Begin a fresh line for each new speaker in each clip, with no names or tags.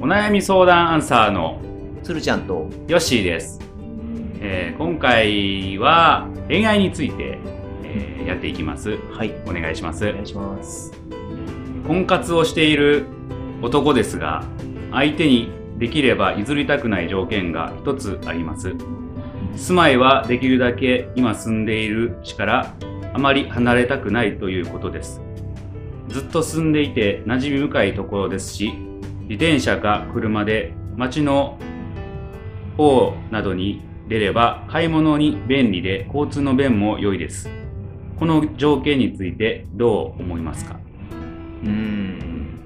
お悩み相談アンサーの
鶴ちゃんと
ヨッシーです、えー今回は恋愛について、えーやっていきます
はい
お願いしま
お
す
願いします
婚活をしている男ですが相手にできれば譲りたくない条件が一つあります住まいはできるだけ今住んでいる地からあまり離れたくないということですずっと住んでいて馴染み深いところですし自転車か車で街の方などに出れば買い物に便利で交通の便も良いですこの条件についてどう思いますか
うん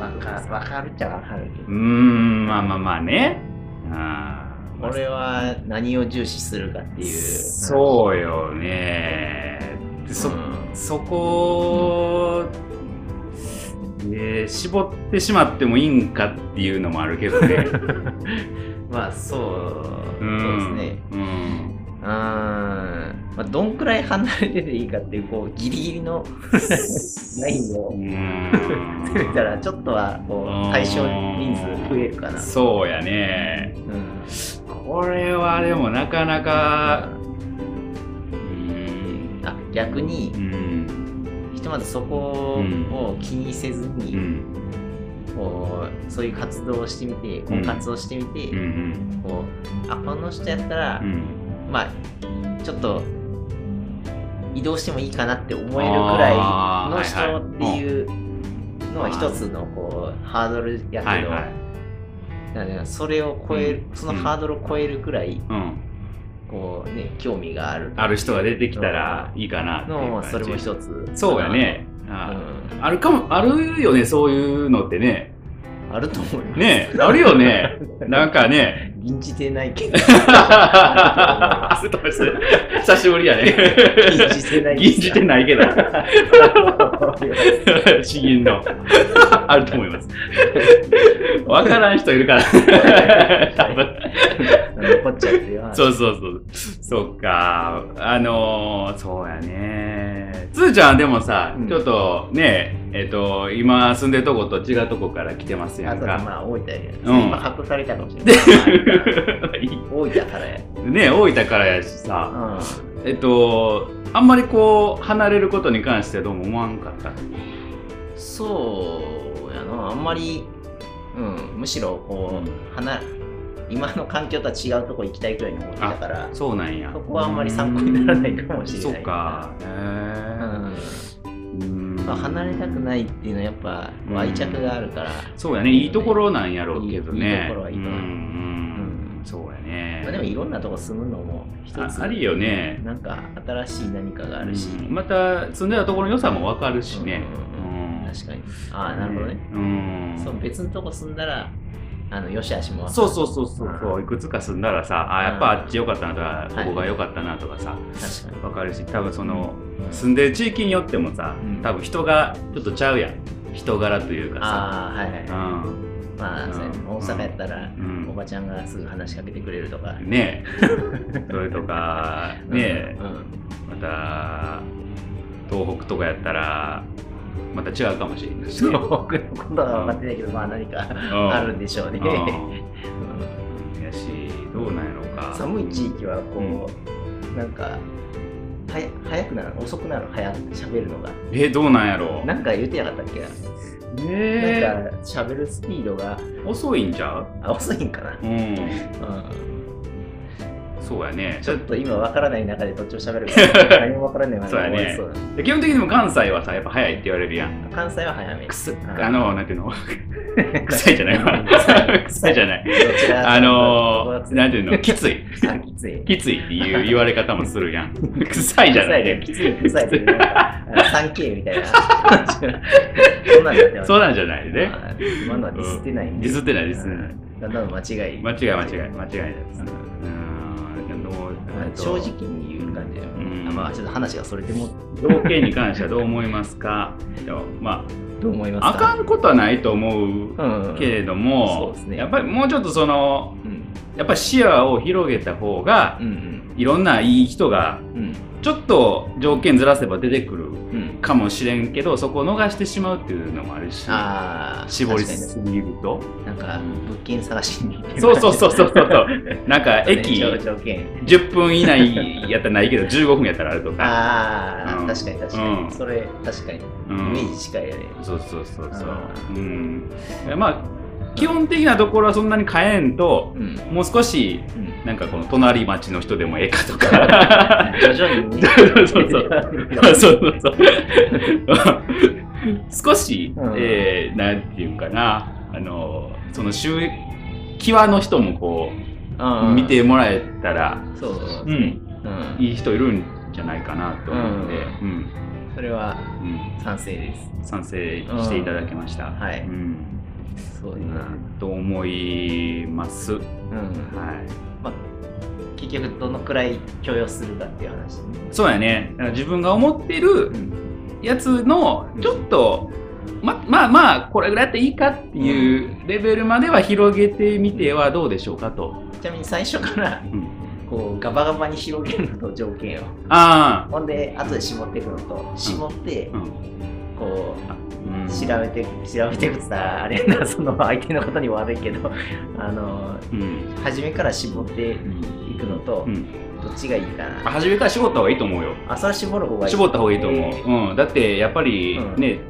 わかわかるっちゃわかるけ
うーん、まあまあまあね。あー
どこれは何を重視するかっていう
そうよね。でそ、
うん
そこ、えー絞ってしまってもいいんかっていうのもあるけど ね。
まあそ
う
う
ん
そうですね。
うん。
うんまあどんくらい離れてていいかっていうこうギリギリ のラインを
うん
攻めたらちょっとはこ
うん
う対象人数増えるかな
そうやね。
うん
これはでもなかなか、うん。
あ逆に
うん。
ひとまずそこを気にせずに、
うん。
こうそういう活動をしてみて
ん
婚活をしてみて、
うん。
こうあこの人やったら、
うん。
まあちょっと移動してもいいかなって思えるくらいの人っていうのは一つのこうハードルやけど、
はいはい。
だからそれを超える、
うん
そのハードルを超えるくらい
うん。
こう、ね、興味がある
ある人が出てきたらいいかなっていう感
の
じ
それも一つ
そうやね、
う
あ
ん
ーあるかもあるよねそういうのってね
あると思います
ねあるよね なんか ね
銀じてない けど
あると思います久しぶりや
銀
ね
じてない
銀じてないけど詩吟の あると思い ますわからん人いるから 多分
残っちゃってよ。
そうそうそう。そっか。あのー、そうやね。つーちゃんでもさ、
うん
ちょっとね、えっ、と、今住んでるとこと違うとこから来てますや
あ
ん
と
か。
まあ大分やね。
うん
今発表されたかもしれない。大分からや。
ね、大分からやし
う
さ、
ん
えっ、と、あんまりこう、離れることに関してはどうも思わんかった。
そうやな。あんまり、うん、むしろこう、離今の環境とは違うとこ行きたいくらいに思ってたから、
そうなんや。
そこはあんまり参考にならないかもしれない。
そっか。へ
うん。
ーうん
まあ、離れたくないっていうのはやっぱ
うん
愛着があるから、
そうやね、いいところなんやろうけどね。
いいいいところはいいところ
うんうん
うん
そうやね。
まあ、でもいろんなとこ住むのも一
あ
つ
ありよね
なんか新しい何かがあるし、
うんまた住んでたところの良さも分かるしね、
うん
うん
確かにああなるほどね、
うん
そう別のとこ住んだらあのよしあしも分かる
そうそうそうそうそういくつか住んだらさあやっぱ
うん
あっち良かったなとか
はい
ここが良かったなとかさ
確かに
分かるし多分その住んでる地域によってもさ
うん
多分人がちょっとちゃうやん人柄というかさ
ああはいはい、
うん
まあ、
うん
そうやね大阪やったら、
うん
おばちゃんがすぐ話しかけてくれるとか、
ねえそれとかね
うん
えまた東北とかやったらまた違うかもしれないし
そう
ね
僕のことは分かってないけど、まあ何か
うん
あるんでしょうね、うん
うんやしどうなんやろうか
寒い地域はこう、なんかはや早くなる遅くなる早く喋るのが
えどうなんやろう
なんか言ってなかったっけ、
え
なんか喋るスピードが
遅いんちゃう
あ遅いんかな、
うん
うん
そうやね
ちょっと今わからない中でどっちも喋る から何もわからないまま
そうやね
終わり
で基本的にも関西はさやっぱ早いって言われるやん
そう関西は早め
くす
はい
あのなんていうの 臭いじゃないわ 臭いじゃない
どちら
あのー、なん
て
ていうのきつい
きつい
きついっていう言われ方もするや ん臭いじゃな
臭
い
いで
ね
きつい臭いでなんかあの 3K みたいなそんなんになってます
そうなんじゃないね
まあ今のはディスってないん
デ
で
ィスってないディスってない
うんだんだん間違い
間違い間違い間違いないですうんどうえっと
正直に言う感じだよ、
うん
あまあちょっと話がそれでも
条件に関してはどう思いますかえっとま
どう思います
ああ
か
かんことはないと思う
うん
けれど
そう
も
で、すね
やっぱりもうちょっとその
うん
やっぱり視野を広げた方が
うんうん
いろんないい人が
うん
ちょっと条件ずらせば出てくる
うん
かもしれんけどそこを逃してしまうっていうのもあるし
ああ
絞りすぎると
なんか物件探しに行って
そうそうそうそうそう なんか駅
駅条件
10分以内やったらないけど15分やったらあるとか、
ああ、
うん
確かに確かに、
うん
それ確かにイ
う
メー
ん、
ジ近いよね、
そうそうそうそう
あ
うんまあ基本的なところはそんなに変えんと
うん
もう少し
うん
なんかこの隣町の人でもええかと か
徐々に
そうそうそうそうそうそう少し、
うん
えーなんていうんかなあのその周際の人もこう、
うん
見てもらえたら、
そうそ
う
う、うん
ん、いい人いるんじゃないかなと思って、うん
それは
うん
賛成です
賛成していただきました。
はい
うん
そう
う
ですね、
んと思います。は
うんまあ、結局どのくらい許容するかっていう話ね
い、そうやね。だから自分が思ってる
うん
やつのちょっと、ままあまあこれぐらいやっていいかっていうレベルまでは広げてみてはどうでしょうかと。
ちなみに最初から
うん
こうガバガバに広げるのと条件を
ああ、
ほんで後で絞っていくのと絞って
うん
こう
あうん
調べて調べてくさあれやなその相手の方に悪いけどあの
うん
初めから絞ってい
うん
くのと、
うん
どっちがいいかな
初めから絞った方がいいと思うよ。
あそれは絞る方がいい
絞った方がいいと思う、うん、だってやっぱり
うん
ね、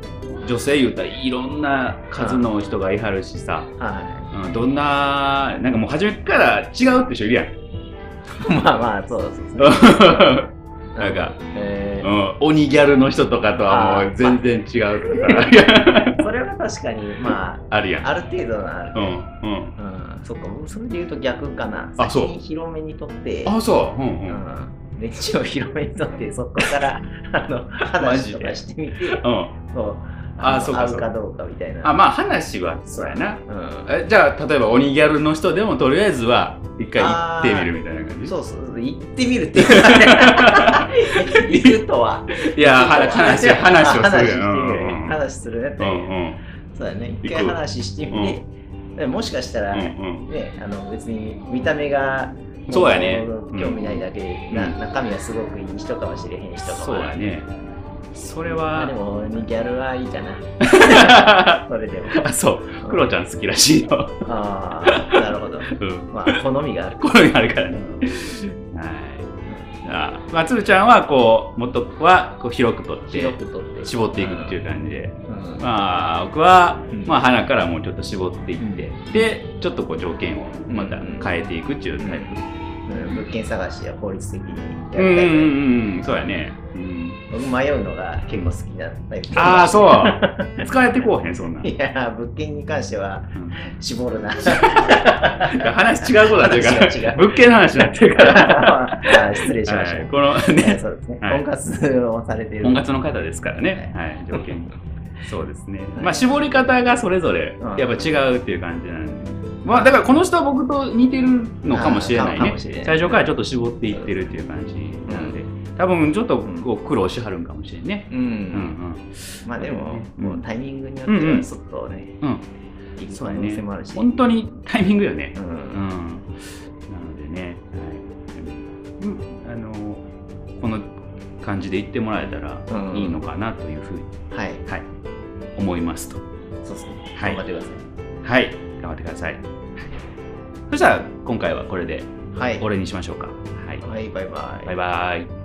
女性言うたらいろんな数の人がいはるしさ、
は
うん、どんななんかもう初めから違うって人いるやん
い まあまあそうですね
なんか、
え
う
ー
ん、鬼ギャルの人とかとはも
あ
う
ー
全然違う とか
それは確かにまあ
あるやん
ある程度な
う
る、
んうん
うんそっかそれで言うと逆かな
あそう
先に広めにとって
あそううん
う
うん
んレンジを広めにとってそこから あの話と
マ
か
ジ
してみて
うん、
こう
あ
の
そうか
合
そううか
かどうかみたいな
あまあ話はそうやな
うん
えじゃあ例えば鬼ギャルの人でもとりあえずは一回行ってみるみたいな感じ
そうそうそう、行ってみるっ ていうかね行くとは。
いやは話話をするやん
話してみ
う
る
ん
話するねって
う。んうん
そうだね。
行く
一回話してみて、もしかしたら、
うん
ね、
うん
あの別に見た目が、
そうやね
もう興味ないだけで、
うん
な
うん
中身はすごくいい人かもしれへん人かも。
そうや。ねそれ
あで
は
も、俺にギャルはいいかな。 それでも。
あそうクロちゃん好きらしいよ、
ああ、なるほど。
うん、
まあ、好みがある。
こういうのあるから
う
ね
ん
はいあまあつるちゃんはこうもっとはこう広くとって
広くとって。
絞っていくっていう感じで、
うん。
まあ僕は
うん
まあ花からもうちょっと絞っていって、
うん
でちょっとこう条件をまた
うん
変えていくっていうタイプ
うん物件探しは効率的にやりた
うんう
い
ん
タイ
う
プ
んうんそうやね、うん、
僕迷うのが結構好きなタイプ
ああそう疲れてこうへんそんなん
いやー物件に関しては
うん
絞るな
話違うことだってるから
話が違う
物件の話になってるから
あー失礼しまし
はい、この
た、は
ね
い、そうですね、
はい
婚活をされてる
婚活の方ですからね、はい、条件そうですね、
い
まあ絞り方がそれぞれ
うん
やっぱ違うっていう感じなんで、まあ、だからこの人は僕と似てるのかもしれない
あーか
ね
もしれない
最初からちょっと絞っていってるっていう感じなんで多分ちょっとこう苦労しはるんかもしれんね
う
うん
ん、
う
まあでも、
うん
もうタイミングによって
うんう
は
ん
そっとね、
んうん
いく
そう
可
や
能
ね
性もあるし、
本当にタイミングよね
う
うん
ん
なのでね、はいうん、あのこの感じで言ってもらえたら
うん
いいのかなというふうに、
はい
はい、思いますと。
そうですね、
はい
頑張ってくださ
はい、頑張ってください。そしたら今回はこれで
いはい
俺にしましょうか。はい、
はいバイバイ
バイバイ。